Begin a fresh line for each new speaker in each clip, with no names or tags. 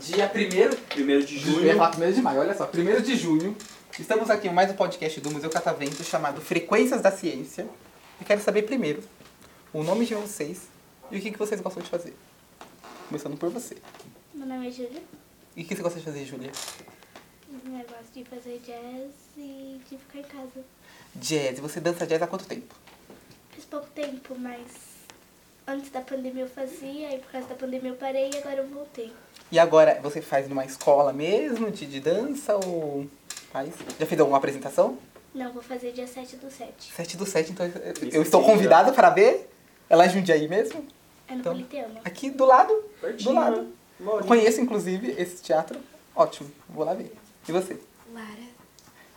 Dia 1
Primeiro de
junho. Eu ia
junho.
falar 1 de maio, olha só. 1 de junho. Estamos aqui em mais um podcast do Museu Catavento chamado Frequências da Ciência. E quero saber primeiro o nome de vocês e o que, que vocês gostam de fazer. Começando por você.
Meu nome é Júlia.
E o que você gosta de fazer, Júlia?
Eu gosto de fazer jazz e de ficar em casa.
Jazz. Você dança jazz há quanto tempo?
Fiz pouco tempo, mas antes da pandemia eu fazia, e por causa da pandemia eu parei e agora eu voltei.
E agora você faz numa escola mesmo de, de dança ou faz? Já fez alguma apresentação?
Não, vou fazer dia 7 do 7.
7 do 7, então eu-
Isso
eu estou
sim, já.
convidada para ver. Ela é Jundiaí mesmo?
É no
Então,
Politeama.
Aqui do lado.
Pertinho,
Do lado.
né?
Eu
Maurício.
conheço, inclusive, esse teatro. Ótimo, vou lá ver. E você?
Lara,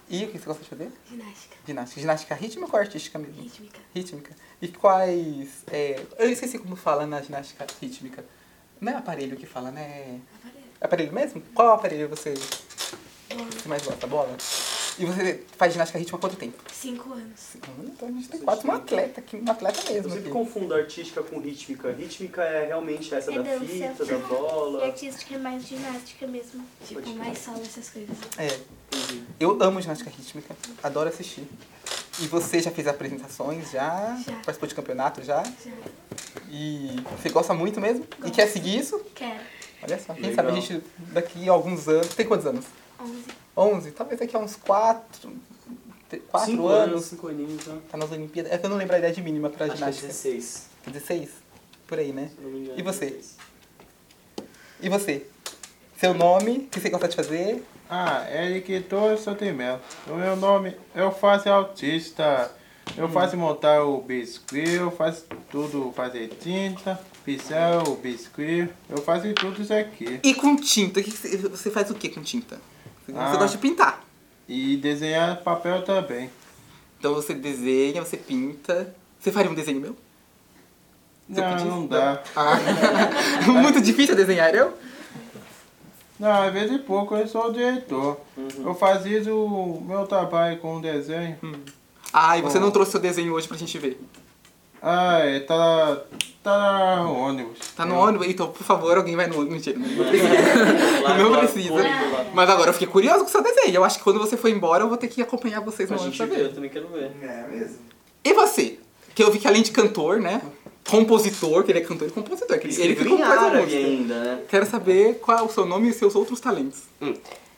E o que você gosta de fazer?
ginástica,
Ginástica. Ginástica rítmica ou artística mesmo?
rítmica,
Rítmica. E quais. é, Eu esqueci como fala na ginástica rítmica. Não é aparelho que fala, né?
aparelho,
É Aparelho mesmo? Qual aparelho você,
bola,
você mais gosta? Bola? E você faz ginástica rítmica há quanto tempo?
5 anos.
Hum, Então a gente tem quase um atleta aqui, um atleta
Eu
mesmo.
sempre
Aqui.
confundo artística com rítmica. Rítmica é realmente essa
É
da
dança.
fita, da
E
bola.
artística é mais ginástica mesmo.
Tipo,
crer.
mais solo, essas coisas.
É,
Entendi.
eu amo ginástica rítmica, adoro assistir. E você já fez apresentações, já?
Já.
Participou de campeonato já?
Já
E você gosta muito mesmo? E quer seguir isso?
quero.
Olha só, quem
Legal.
sabe a gente daqui a alguns anos. Tem quantos anos?
11.
11? Talvez daqui a uns 4. 4
Cinco
anos.
cinco aninhos, né?
Tá nas Olimpíadas. É que eu não lembro a idade mínima pra
Acho que é
ginástica.
16.
16? Por aí, né?
se não me engano,
E você?
16.
E você? Seu nome, o que você gosta de fazer?
Ah, Eric Torres Sotimelo. O meu nome, eu faço autista. Eu faço
Hum.
montar o biscuit, eu faço tudo, fazer tinta, pincel, o biscuit, eu faço tudo isso aqui.
E com tinta, o que que você- você faz o que com tinta? Você
Ah.
gosta de pintar.
E desenhar papel também.
Então você desenha, você pinta. Você faria um desenho meu? Você
Não,
podia-
não dá.
Ah. Muito difícil desenhar, eu?
Não, às vezes pouco, eu sou diretor.
Uhum.
Eu fazia o meu trabalho com desenho.
Ah, e você
Bom.
não trouxe seu desenho hoje pra gente ver.
Ah, é, tá, tá no ônibus.
Tá no
Eu-
ônibus? Então, por favor, alguém vai no ônibus. Mentira, não precisa.
Lá,
Não
lá,
precisa.
lá, lá.
Mas agora eu fiquei curioso com o seu desenho. Eu acho que quando você for embora, eu vou ter que acompanhar vocês no
A
ônibus
gente
pra
vê, eu
ver.
também quero ver.
E você? Que eu vi que além de cantor, né? Compositor, que ele é cantor e compositor. Que ele, ele que
Escreveu em
compôs a
árabe
música.
ainda, né?
Quero saber qual é o seu nome e os seus outros talentos.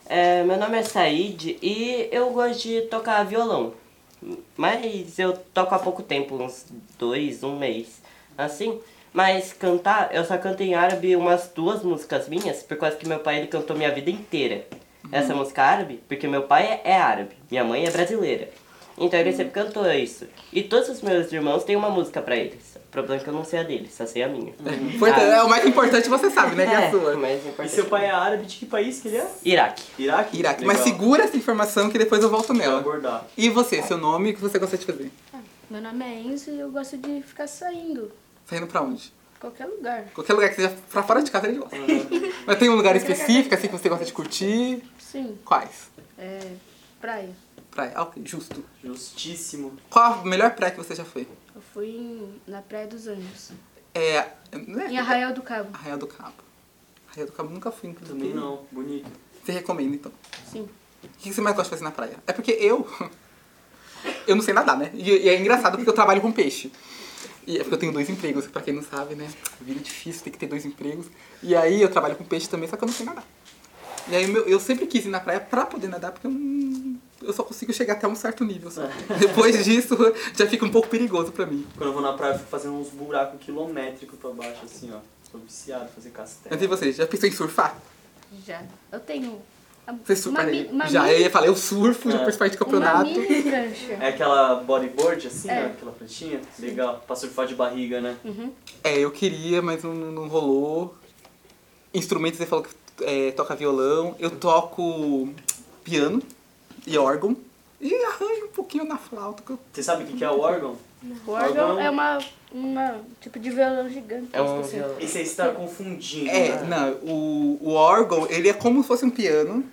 É, meu nome é Said e eu gosto de tocar violão. Mas eu toco há pouco tempo, uns dois, um mês, assim. Mas cantar, eu só canto em árabe umas duas músicas minhas, por causa que meu pai ele cantou minha vida inteira. Essa
Uhum.
música é árabe, porque meu pai é árabe, minha mãe é brasileira. Então
Uhum.
ele sempre cantou isso. E todos os meus irmãos têm uma música pra eles. O problema é que eu não sei a deles, só sei a minha.
Portanto, é o mais importante você sabe, né? Que é a
É,
sua.
mas o
Uhum. E
importante-
seu pai é árabe de que país que ele é?
Iraque.
Iraque?
Iraque.
Legal.
Mas segura essa informação que depois eu volto
Vou
nela.
abordar.
E você, seu nome e o que você gosta de fazer?
Meu nome é Enzo e eu gosto de ficar saindo.
Saindo Tá pra onde?
Qualquer lugar.
Qualquer lugar que seja pra fora de casa, ele gosta.
É.
Mas tem um lugar específico, assim, que você gosta de curtir?
Sim,
Quais?
é praia.
Praia. Ah, ok, justo.
Justíssimo.
Qual a melhor praia que você já foi?
Eu fui em- na Praia dos Anjos.
É. Não é
Em Arraial do Cabo.
Arraial do Cabo. Arraial do Cabo nunca fui, inclusive.
Também não. Bonito.
Você recomenda, então.
Sim.
O que você mais gosta de fazer na praia? É porque eu. Eu não sei nadar, né? E, e é engraçado porque eu trabalho com peixe. E é porque eu tenho dois empregos, pra quem não sabe, né? Vida é difícil, tem que ter dois empregos. E aí eu trabalho com peixe também, só que eu não sei nadar. E aí meu- eu sempre quis ir na praia pra poder nadar, porque eu, não- eu só consigo chegar até um certo nível. Só. Depois disso já fica um pouco perigoso pra mim.
Quando eu vou na praia, eu fico fazendo uns buracos quilométricos pra baixo, assim, ó. Tô viciado em fazer castelo.
Mas e você, já pensou em surfar?
Já. Eu tenho. a-
Você surfa
mi-
né? Já, eu
mini-
ia falar, eu surfo, já
É.
participo de
uma
campeonato.
mini prancha.
É aquela bodyboard, assim,
É.
né? Aquela plantinha? Legal. Pra surfar de barriga, né?
É, eu queria, mas não, não rolou. Instrumentos, você falou que é, toca violão. Eu toco piano e órgão. E arranjo um pouquinho na flauta. que eu-
Você sabe o que que é o órgão?
Tá
O órgão
Órgão.
é uma, uma tipo de violão gigante.
É um
assim.
violão.
Esse aí você tá confundindo.
É,
né?
não, o, o órgão, ele é como se fosse um piano.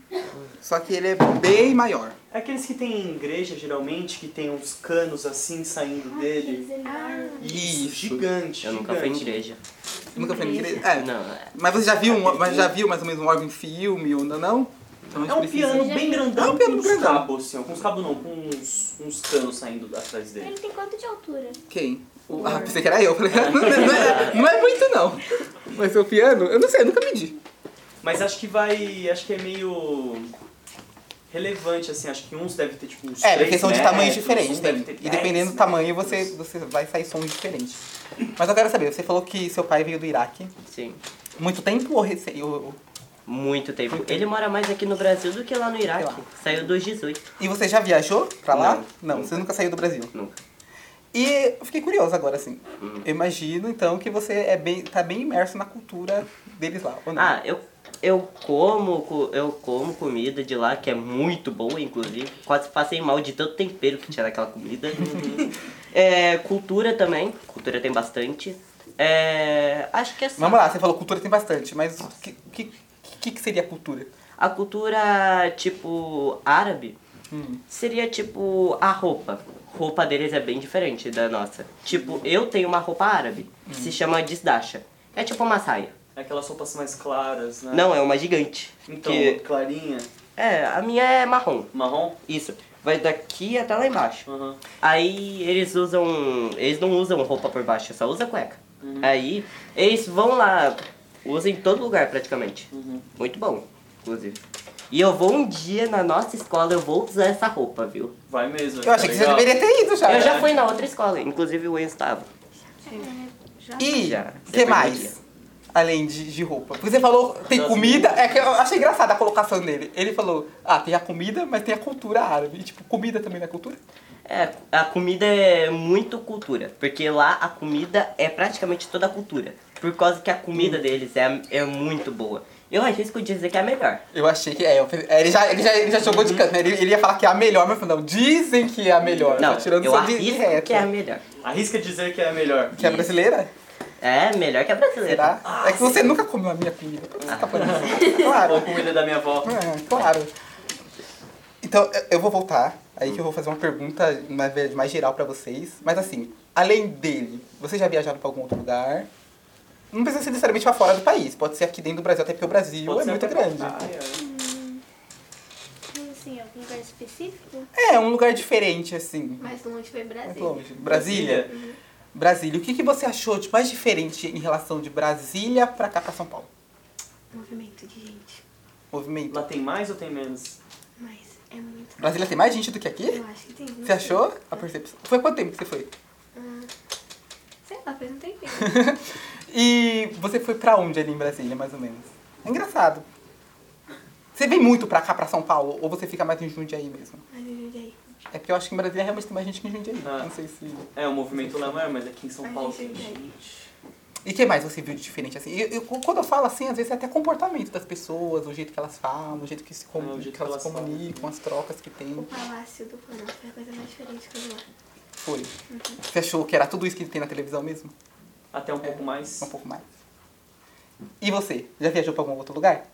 Só que ele é bem maior.
É aqueles que tem em igreja, geralmente, que tem uns canos assim saindo dele.
Aqueles enormes.
Isso,
Isso.
gigante,
Eu nunca fui em
gigante.
igreja.
Nunca foi na igreja? É.
Não, é.
Mas você já viu, um- mas já viu mais ou menos um órgão em filme ou não? não? Então a gente
É um
precisa-
piano bem grandão
É um piano
com uns
grandão.
cabos, assim, ó. Com uns cabos não, com uns, uns canos saindo atrás dele.
Ele tem quanto de altura?
Quem? O- ah, pensei que era eu. Falei, não, é, não é muito não. Mas o piano, eu não sei, eu nunca medi.
Mas acho que vai. Acho que é meio. relevante, assim. Acho que uns devem ter, tipo, uns.
É,
três
questão de
metros,
tamanhos
uns
um
diferentes. né?
devem ter
E dependendo do
10
né?
tamanho,
metros.
você, você vai sair sons diferentes. Mas eu quero saber, você falou que seu pai veio do Iraque.
Sim.
Muito tempo ou recém? ou-
Muito tempo. Ele mora mais aqui no Brasil do que lá no Iraque.
Sei
Saiu dos 18.
E você já viajou pra lá?
Não,
Não,
nunca.
você nunca saiu do Brasil.
Nunca. Hum.
E eu fiquei curioso agora, assim. Eu imagino, então, que você é bem, tá bem imerso na cultura deles lá, ou não?
Ah, eu, eu como co- eu como comida de lá, que é muito boa, inclusive. Quase passei mal de tanto tempero que tinha naquela comida. É, cultura também. Cultura tem bastante. É, acho que assim.
Vamos lá, você falou cultura tem bastante, mas o que, que, que, que seria cultura?
A cultura, tipo, árabe Hum. seria tipo a roupa. Roupa deles é bem diferente da nossa. Tipo, eu tenho uma roupa árabe, que se chama desdacha. É tipo uma saia.
É Aquelas roupas mais claras, né?
Não, é uma gigante.
Então,
que-
clarinha,
É, a minha é marrom.
marrom?
Isso. Vai daqui até lá embaixo.
Aham.
Aí eles usam. Eles não usam roupa por baixo, só usa cueca. Aí eles vão lá, usam em todo lugar praticamente. Muito bom, inclusive. E eu vou um dia na nossa escola, eu vou usar essa roupa, viu?
Vai mesmo. tá
Eu achei que você deveria ter ido já.
Tá Eu já fui na outra escola, inclusive o Enzo tava.
É,
E
Já.
o que
Depende do dia.
mais? Além de, de roupa. Porque você falou, tem
Nossa,
comida. É que eu achei engraçada a colocação dele. Ele falou, ah, tem a comida, mas tem a cultura árabe. E, tipo, comida também não é cultura?
É, a comida é muito cultura, porque lá a comida é praticamente toda a cultura. Por causa que a
Hum.
comida deles é, é muito boa. Eu arrisco dizer que é a melhor.
Eu achei que. É, eu pensei- é, ele, já, ele, já, ele já jogou de canto, né? Ele, ele ia falar que é a melhor, mas eu falei, não, dizem que é a melhor.
Não,
tá tirando
eu
só de, de
arrisco
reta.
que é a melhor.
Arrisca dizer que é a melhor.
Que é brasileira?
É, melhor que a brasileira.
Será? é que você nunca comeu a minha comida. Por que você tá falando isso? Claro.
Ou comida da minha avó.
É, claro. Então, eu- eu vou voltar. Aí que eu vou fazer uma pergunta mais, ve- mais geral pra vocês. Mas assim, além dele, vocês já viajaram pra algum outro lugar? Não precisa ser necessariamente pra fora do país. Pode ser aqui dentro do Brasil, até porque o Brasil
Pode
é
ser
muito
até
grande.
praia.
Assim, algum lugar específico?
É, um lugar diferente, assim.
Mas longe foi
Mais
Brasil.
longe. né? Brasília? Brasília. O que, que você achou de mais diferente em relação de Brasília pra cá, pra São Paulo?
Movimento de gente.
Movimento.
Lá tem mais ou tem menos?
Mas é muito.
Brasília tem mais gente do que aqui?
Eu acho que tem. não
Você
sei.
achou a percepção? Foi quanto tempo que você foi?
Sei lá, faz um tempinho.
E você foi pra onde ali em Brasília, mais ou menos? É engraçado. Você vem muito pra cá, pra São Paulo, ou você fica mais em Jundiaí mesmo?
Mas eu já ia.
É porque eu acho que em Brasília realmente tem mais gente que em Jundiaí.
Ah.
Não sei se...
É, o movimento lá é maior, mas aqui em São
Ai,
Paulo tem
gente,
gente.
E o que mais você viu de diferente, assim? Eu, eu- quando eu falo assim, às vezes é até comportamento das pessoas, o jeito que elas falam, o jeito que, se com-
É, o jeito
que elas
que elas
se comunicam, as trocas que
O
tem.
Palácio do Planalto foi a coisa mais diferente que eu vi lá.
Foi. Você achou que era tudo isso que tem na televisão mesmo?
Até um pouco mais.
Um pouco mais. E você? Já viajou pra algum outro lugar?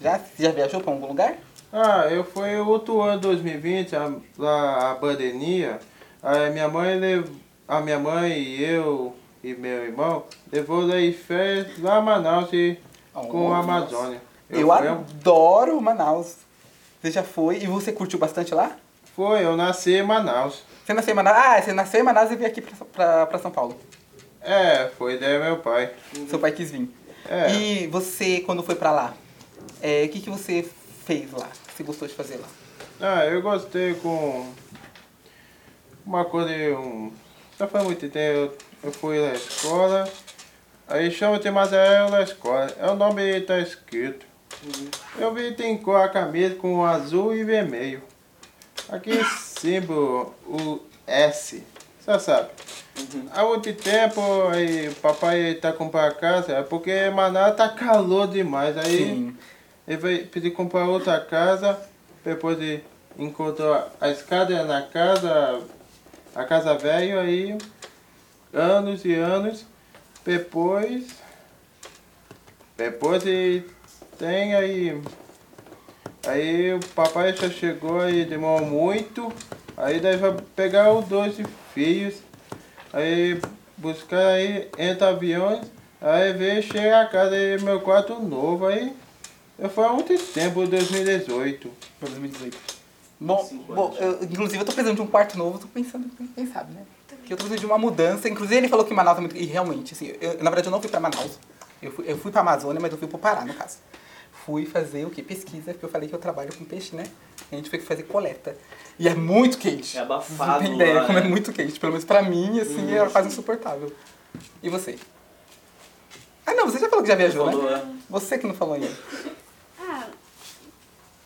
Já, já viajou pra algum lugar?
Ah, eu fui o outro ano 2020, a- lá a pandemia. A minha mãe lev- a minha mãe e eu e meu irmão levou daí férias lá a Manaus e com
Oh,
a Amazônia.
Eu,
fui,
adoro Manaus. Você já foi e você curtiu bastante lá?
foi, eu nasci em Manaus.
Você nasceu em Manaus? Ah, você nasceu em Manaus e veio aqui pra, pra, pra São Paulo.
É, foi daí meu pai.
Seu pai quis vir.
É.
E você, quando foi pra lá, é, o que, que você fez lá? O que você gostou de fazer lá?
Ah, eu gostei com uma coisa de um. Não foi muito tempo. Eu, eu fui na escola. Aí chama de Mazarel na escola. É o nome tá escrito. Eu vi tem cor a camisa com azul e vermelho. Aqui é símbolo o S. Você sabe. Há muito tempo aí papai tá comprando casa, é porque Manaus tá calor demais. Aí ele vai pedir comprar outra casa, depois de encontrou a escada né, na casa, a casa velha aí, anos e anos, depois, depois de, tem aí, Aí o papai já chegou e demorou muito. Aí daí vai pegar os dois filhos. Aí buscar aí, entra aviões. Aí vem, chega a casa aí, meu quarto novo. Aí eu fui há muito tempo, 2018.
Pra 2018. Bom,
Cinco
bom, eu- inclusive eu tô precisando de um quarto novo, tô pensando, quem sabe, né? Que eu tô precisando de uma mudança. Inclusive ele falou que Manaus é muito. E realmente, assim, eu- na verdade eu não fui pra Manaus. Eu fui, eu fui pra Amazônia, mas eu fui pro Pará, no caso. Fui fazer o quê? Pesquisa, porque eu falei que eu trabalho com peixe, né? A gente foi fazer coleta. E é muito quente.
É
Vocês não
abafado.
tem ideia
lá,
como é
né?
muito quente. Pelo menos pra mim, assim, era quase insuportável. E você? Ah não, você já falou que já viajou, né?
Falou, é.
Você que não falou ainda.
Ah,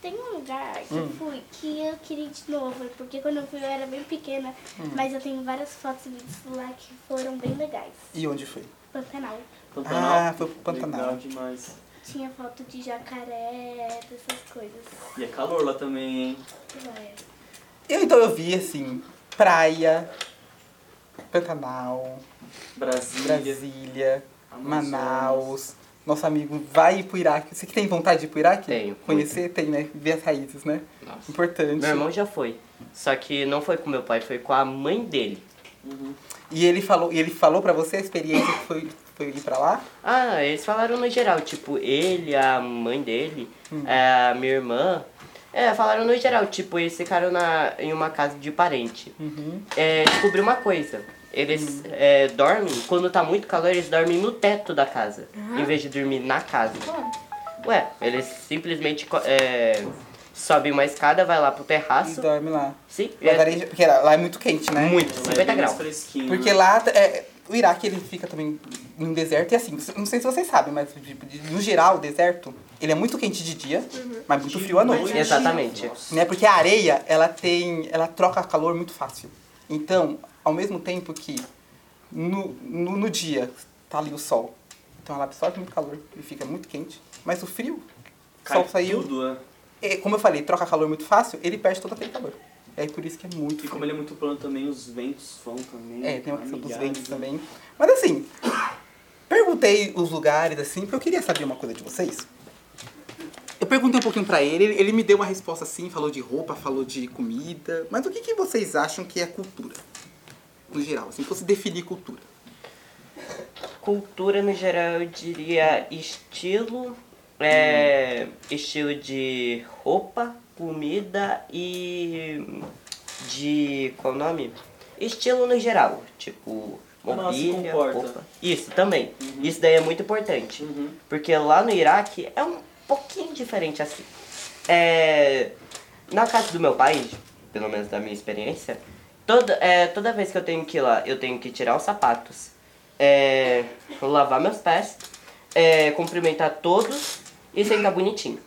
tem um lugar que eu fui que eu queria ir de novo, porque quando eu fui eu era bem pequena, mas eu tenho várias fotos e vídeos lá que foram bem legais.
E onde foi?
Pantanal.
Pantanal.
Ah, foi pro Pantanal.
Legal demais.
Tinha foto de jacaré, dessas coisas.
E é calor lá também, hein?
Ué.
Eu então eu vi assim, praia, Pantanal,
Brasília.
Brasília,
Amazonas.
Manaus. Nosso amigo vai ir pro Iraque. Você que tem vontade de ir pro Iraque?
Tenho.
Conhecer tem, né? Ver as raízes, né?
Nossa.
Importante.
Meu irmão já foi. Só que não foi com meu pai, foi com a mãe dele.
Uhum.
E ele falou, e ele falou para você a experiência que foi, foi ir pra lá?
Ah, eles falaram no geral, tipo, ele, a mãe dele,
Hum.
a minha irmã. É, falaram no geral, tipo, eles ficaram na, em uma casa de parente.
Uhum. Hum.
É, descobri uma coisa. Eles é, dormem, quando tá muito calor, eles dormem no teto da casa,
Ah.
em vez de dormir na casa. Ué, eles simplesmente co- é, sobem uma escada, vai lá pro
E
terraço.
dorme lá.
Sim,
Na Varejo- Porque lá lá é muito quente, né?
muito,
Lá é
50
bem mais
graus.
fresquinho,
Porque
né?
lá, é, o Iraque, ele fica também num deserto. E assim, não sei se vocês sabem, mas de- de- no geral, o deserto, ele é muito quente de dia,
Uhum.
mas muito frio à noite.
é Exatamente.
né? Porque a areia, ela tem, ela troca calor muito fácil. Então, ao mesmo tempo que no, no, no dia tá ali o sol, então ela absorve muito calor e fica muito quente. Mas o frio, o
Cai
sol saiu,
tudo, é.
é, como eu falei, troca calor muito fácil, ele perde todo aquele calor. É por isso que é muito
E
frio.
como ele é muito plano também, os ventos vão também.
É, tem uma questão dos
milhares,
ventos
né?
também. Mas assim, perguntei os lugares, assim, porque eu queria saber uma coisa de vocês. Eu perguntei um pouquinho pra ele, ele ele me deu uma resposta assim, falou de roupa, falou de comida. Mas o que, que vocês acham que é cultura? No geral, assim, fosse definir cultura.
Cultura no geral eu diria estilo, é, estilo de roupa, comida e de qual o nome? Estilo no geral, tipo
Como ela se
mobília,
comporta.
roupa. Isso também. Isso daí é muito importante, porque lá no Iraque é um pouquinho diferente assim. É, na casa do meu pai, pelo menos da minha experiência, toda, é, toda vez que eu tenho que ir lá, eu tenho que tirar os sapatos, é, lavar meus pés, é, cumprimentar todos e sentar bonitinho,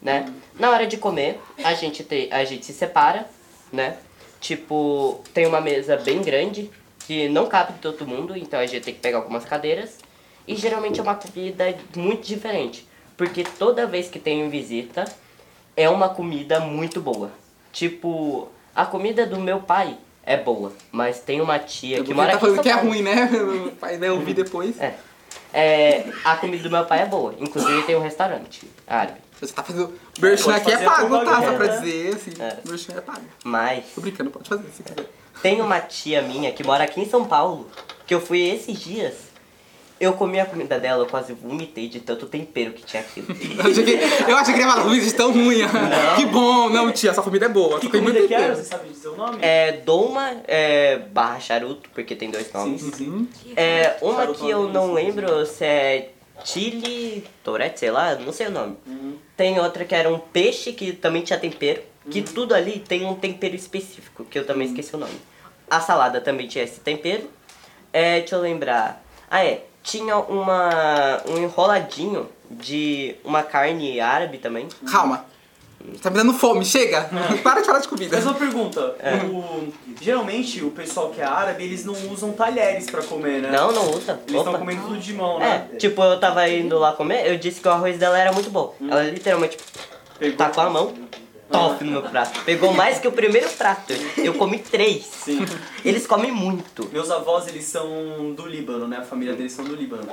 né? Na hora de comer, a gente, te, a gente se separa, né? Tipo, tem uma mesa bem grande que não cabe todo mundo, então a gente tem que pegar algumas cadeiras. E geralmente é uma comida muito diferente, porque toda vez que tem visita, é uma comida muito boa. Tipo, a comida do meu pai é boa, mas tem uma tia que
Porque
mora
tá
aqui em
falando
São
que é
Paulo.
ruim, né? O pai vai ouvir depois.
É. É, a comida do meu pai é boa. Inclusive tem um restaurante árabe.
Você tá fazendo. Merchan aqui é
fazer a
pago, tá? Só
propaganda,
pra
né?
dizer, assim.
É.
Merchan é pago.
Mas
Tô brincando, pode fazer se quiser.
tem uma tia minha que mora aqui em São Paulo, que eu fui esses dias. Eu comi a comida dela, eu quase vomitei de tanto tempero que tinha aquilo.
Eu achei que, eu achei que ele ia falar, Luiz, de tão ruim. Que bom, não, tia, sua comida é boa.
Que
só tem muito
comida que era?
tempero.
Você sabe dizer o nome?
É Doma é, barra charuto, porque tem dois
Sim,
nomes.
sim, sim.
É, uma
Charuto
que eu não
Alemão, sim,
lembro se é Chile, Tourette, sei lá, não sei o nome. Tem outra que era um peixe que também tinha tempero. Que tudo ali tem um tempero específico, que eu também esqueci o nome. A salada também tinha esse tempero. É, deixa eu lembrar. Ah, é. Tinha uma, um enroladinho de uma carne árabe também.
Calma. Tá me dando fome, chega! Para de falar de comida.
Mas É uma pergunta,
É.
o- geralmente o pessoal que é árabe, eles não usam talheres pra comer, né?
Não, não usa.
Eles estão
Opa.
comendo tudo de mão, né?
É, tipo, eu tava indo lá comer, eu disse que o arroz dela era muito bom. Ela literalmente
tipo,
Pegou-
tá
tacou a mão, top no meu prato. Pegou mais que o primeiro prato. Eu comi três.
Sim.
Eles comem muito.
Meus avós, eles são do Líbano, né? A família deles são do Líbano.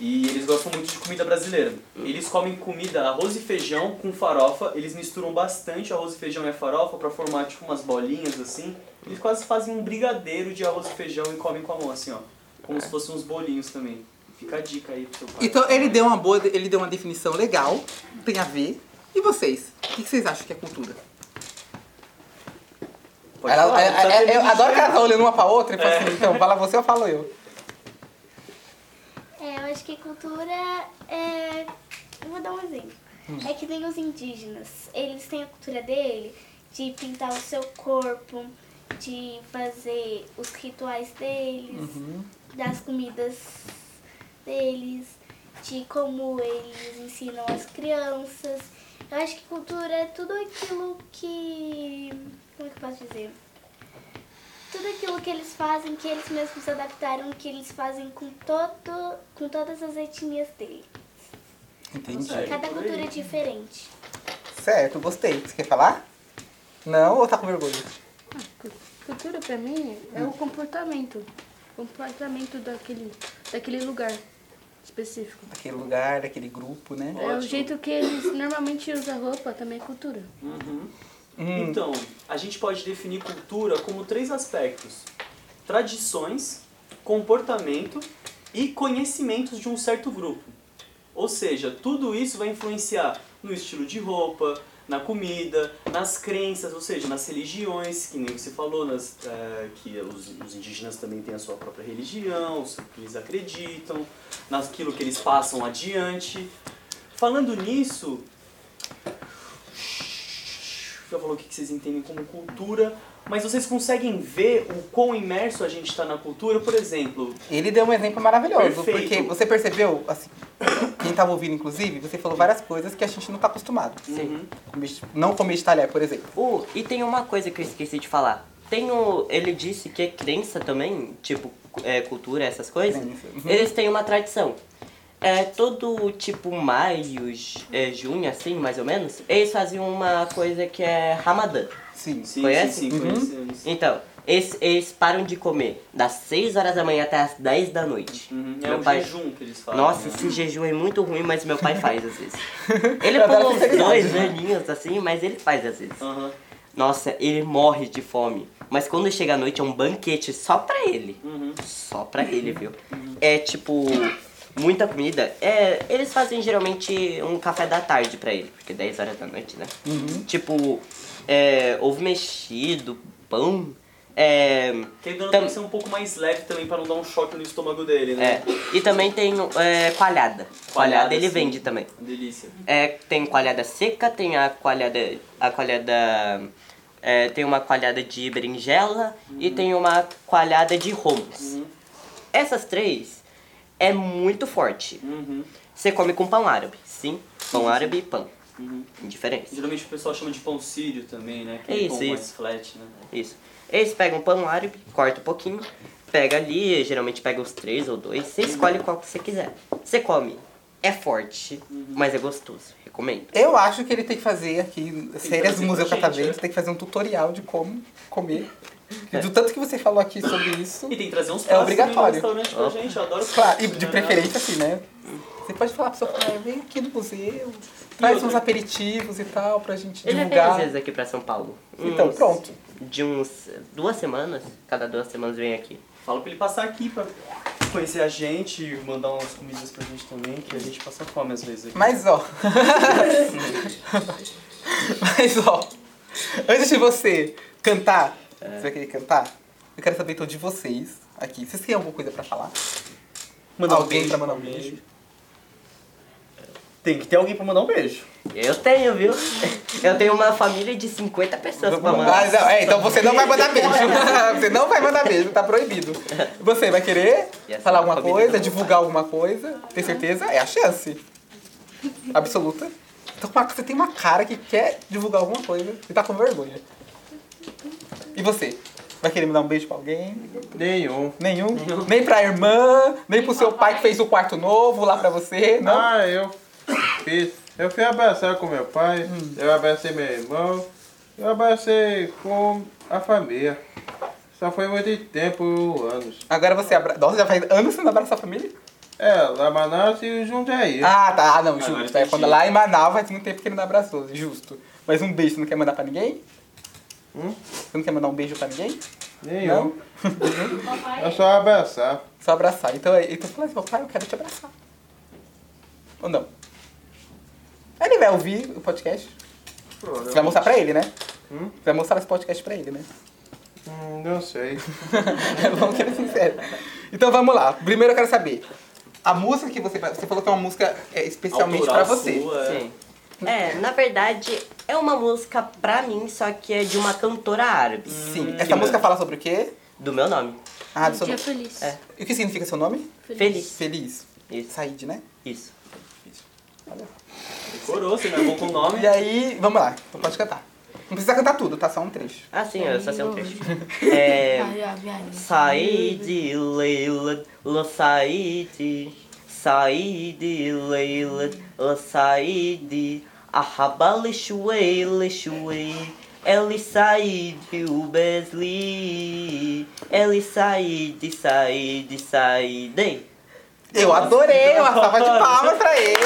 E eles gostam muito de comida brasileira. Eles comem comida, arroz e feijão com farofa. Eles misturam bastante arroz e feijão e a farofa pra formar tipo umas bolinhas assim. Eles quase fazem um brigadeiro de arroz e feijão e comem com a mão assim, ó.
É.
Como se fossem uns bolinhos também. Fica a dica aí pro seu pai.
Então ele deu uma boa, ele deu uma definição legal, tem a ver. E vocês? O que vocês acham que é cultura?
Pode
Ela-
falar,
ela-
não tá
ela- eu
tendo
adoro que ela tá olhando uma pra outra e fala assim, então, fala você ou falo eu.
É, eu acho que cultura é. eu Vou dar um exemplo. É que nem os indígenas. Eles têm a cultura dele de pintar o seu corpo, de fazer os rituais deles, das comidas deles, de como eles ensinam as crianças. Eu acho que cultura é tudo aquilo que. Como é que eu posso dizer? tudo aquilo que eles fazem, que eles mesmos adaptaram, que eles fazem com, todo, com todas as etnias dele.
Entendi.
É,
Cada
por aí.
cultura é diferente.
Certo, gostei. Você quer falar? Não ou tá com vergonha?
Ah, Cultura pra mim é o comportamento. O comportamento daquele, daquele lugar específico.
Daquele lugar, daquele grupo, né?
É o
Ótimo.
jeito que eles normalmente usam roupa, também é cultura.
Uhum.
Hum.
Então, a gente pode definir cultura como três aspectos: tradições, comportamento e conhecimentos de um certo grupo. Ou seja, tudo isso vai influenciar no estilo de roupa, na comida, nas crenças, ou seja, nas religiões, que nem você falou, nas, eh, que os, os indígenas também têm a sua própria religião, o que eles acreditam, naquilo que eles passam adiante. Falando nisso, já falou o que que vocês entendem como cultura, mas vocês conseguem ver o quão imerso a gente está na cultura? Por exemplo,
Ele deu um exemplo maravilhoso,
Perfeito.
porque você percebeu, assim, quem tava ouvindo, inclusive, você falou várias coisas que a gente não tá acostumado.
Sim.
Comer- Não comer de talher, por exemplo.
Uh, e tem uma coisa que eu esqueci de falar. Tem o. Ele disse que é crença também, tipo, é, cultura, essas coisas.
Crença.
uhum.
Eles têm uma tradição. É, todo tipo maio, j- é, junho, assim, mais ou menos, eles faziam uma coisa que é ramadã.
Sim.
sim,
Conhece? Uhum.
sim, sim, conhecemos.
Então, eles, eles param de comer das 6 horas da manhã até as 10 da noite.
Uhum, É
Meu
um
pai-
jejum que eles falam.
Nossa,
né?
esse jejum é muito ruim, mas meu pai faz às vezes. Ele
Eu adoro
pula uns
sinceridade,
dois
né?
aninhos assim, mas ele faz às vezes.
Aham.
Nossa, ele morre de fome. Mas quando chega a noite é um banquete só pra ele.
Uhum.
Só pra ele, viu? É tipo, muita comida. É, eles fazem geralmente um café da tarde pra ele, porque 10 horas da noite, né?
Uhum.
Tipo, é, ovo mexido, pão. É,
Querendo ou não,
Tam-
tem que ser um pouco mais leve também pra não dar um choque no estômago dele, né?
é, e também tem é, coalhada. Coalhada ele
sim.
vende também.
Delícia.
É, tem coalhada seca, tem a coalhada. A coalhada. é, tem uma coalhada de berinjela e
Uhum.
tem uma coalhada de romos. Essas três é muito forte.
Uhum.
Você come com pão árabe, sim? Pão árabe e pão.
Uhum.
Indiferença.
Geralmente o pessoal chama de pão sírio também, né? Aquele
É isso,
pão
é
mais
isso.
flat, né?
Isso. Eles pegam pão árabe, corta um pouquinho, pega ali, geralmente pega os três ou dois, você escolhe qual que você quiser. Você come. É forte,
Uhum.
mas é gostoso. Recomendo.
Eu acho que ele tem que fazer aqui, séries
trazer
do Museu
pra gente,
Catavento,
né? É.
tem que fazer um tutorial de como comer. E Do tanto que você falou aqui sobre isso.
E tem que trazer uns
É
pratos
obrigatório.
também no restaurante pra gente, eu adoro
Claro, e
pratos,
de
né?
preferência assim, né? Você pode falar pro seu pai, "Ah, vem aqui no museu, traz uns aperitivos e tal pra gente
Ele já veio às
divulgar.
vezes aqui pra São Paulo.
Então,
Uns-
pronto.
De uns duas semanas, cada duas semanas vem aqui.
Fala pra ele passar aqui pra conhecer a gente e mandar umas comidas pra gente também, que a gente passa fome às vezes aqui.
Mas ó. Mas ó. Antes de você cantar, você vai querer cantar? Eu quero saber então de vocês aqui. Vocês têm alguma coisa pra falar?
Mandar
Alguém pra mandar um
alguém.
beijo.
Tem que ter alguém pra mandar um beijo.
Eu tenho, viu? Eu tenho uma família de 50 pessoas pra
Ah,
mandar.
não, é, então você não vai mandar beijo. você não vai mandar beijo, tá proibido. Você vai querer
E essa
falar
é uma
alguma
comida
coisa,
do meu
divulgar alguma coisa? Tem certeza? É a chance. Absoluta. Então como é que você tem uma cara que quer divulgar alguma coisa e tá com vergonha. E você? Vai querer mandar um beijo pra alguém?
Nenhum.
Nenhum? Nem pra irmã, nem pro seu pai que fez o quarto novo lá pra você, não?
Ah, eu fiz. Eu fui abraçar com meu pai, eu abracei meu irmão, eu abracei com a família. Só foi muito tempo, anos.
Agora você abra... Nossa, já faz anos que você não abraça a família?
É, lá Manaus e Jundiaí.
Ah, tá. Ah, não,
Agora
justo. É,
entendi.
quando lá em Manaus vai ter muito tempo que ele não abraçou, justo. Mas um beijo, você não quer mandar pra ninguém?
Hum?
Você não quer mandar um beijo pra ninguém?
Nenhum. É só abraçar.
Só abraçar. Então ele então, fala assim, pai, eu quero te abraçar. Ou não? Ele vai ouvir o podcast. Você vai mostrar pra ele, né?
Hum?
Você vai mostrar esse podcast pra ele, né? É
Hum, não sei.
Vamos ser sinceros. Então vamos lá. Primeiro eu quero saber. A música que você. Você falou que é uma música é, especialmente pra
Autoral
você.
sua, é.
Sim. É, na verdade, é uma música pra mim, só que é de uma cantora árabe.
Hum.
Sim. Essa música fala sobre o quê?
Do meu nome.
Ah, do seu
Dia
nome.
feliz.
É.
E o que significa seu nome?
Feliz.
Feliz.
Isso.
Said, né?
Isso.
Decorou, você não é bom com o nome.
E aí, vamos lá. Então pode cantar. Não precisa cantar tudo, tá? Só um trecho.
Ah, sim, eu só sei um trecho. É. Saíde, Leila, lo saíde. Saíde, Leila, lo saíde. Ahaba lixuei, lixuei. Ele saíde, o besli. Ele saíde, saíde, saíde.
Eu adorei, uma salva de palmas pra ele.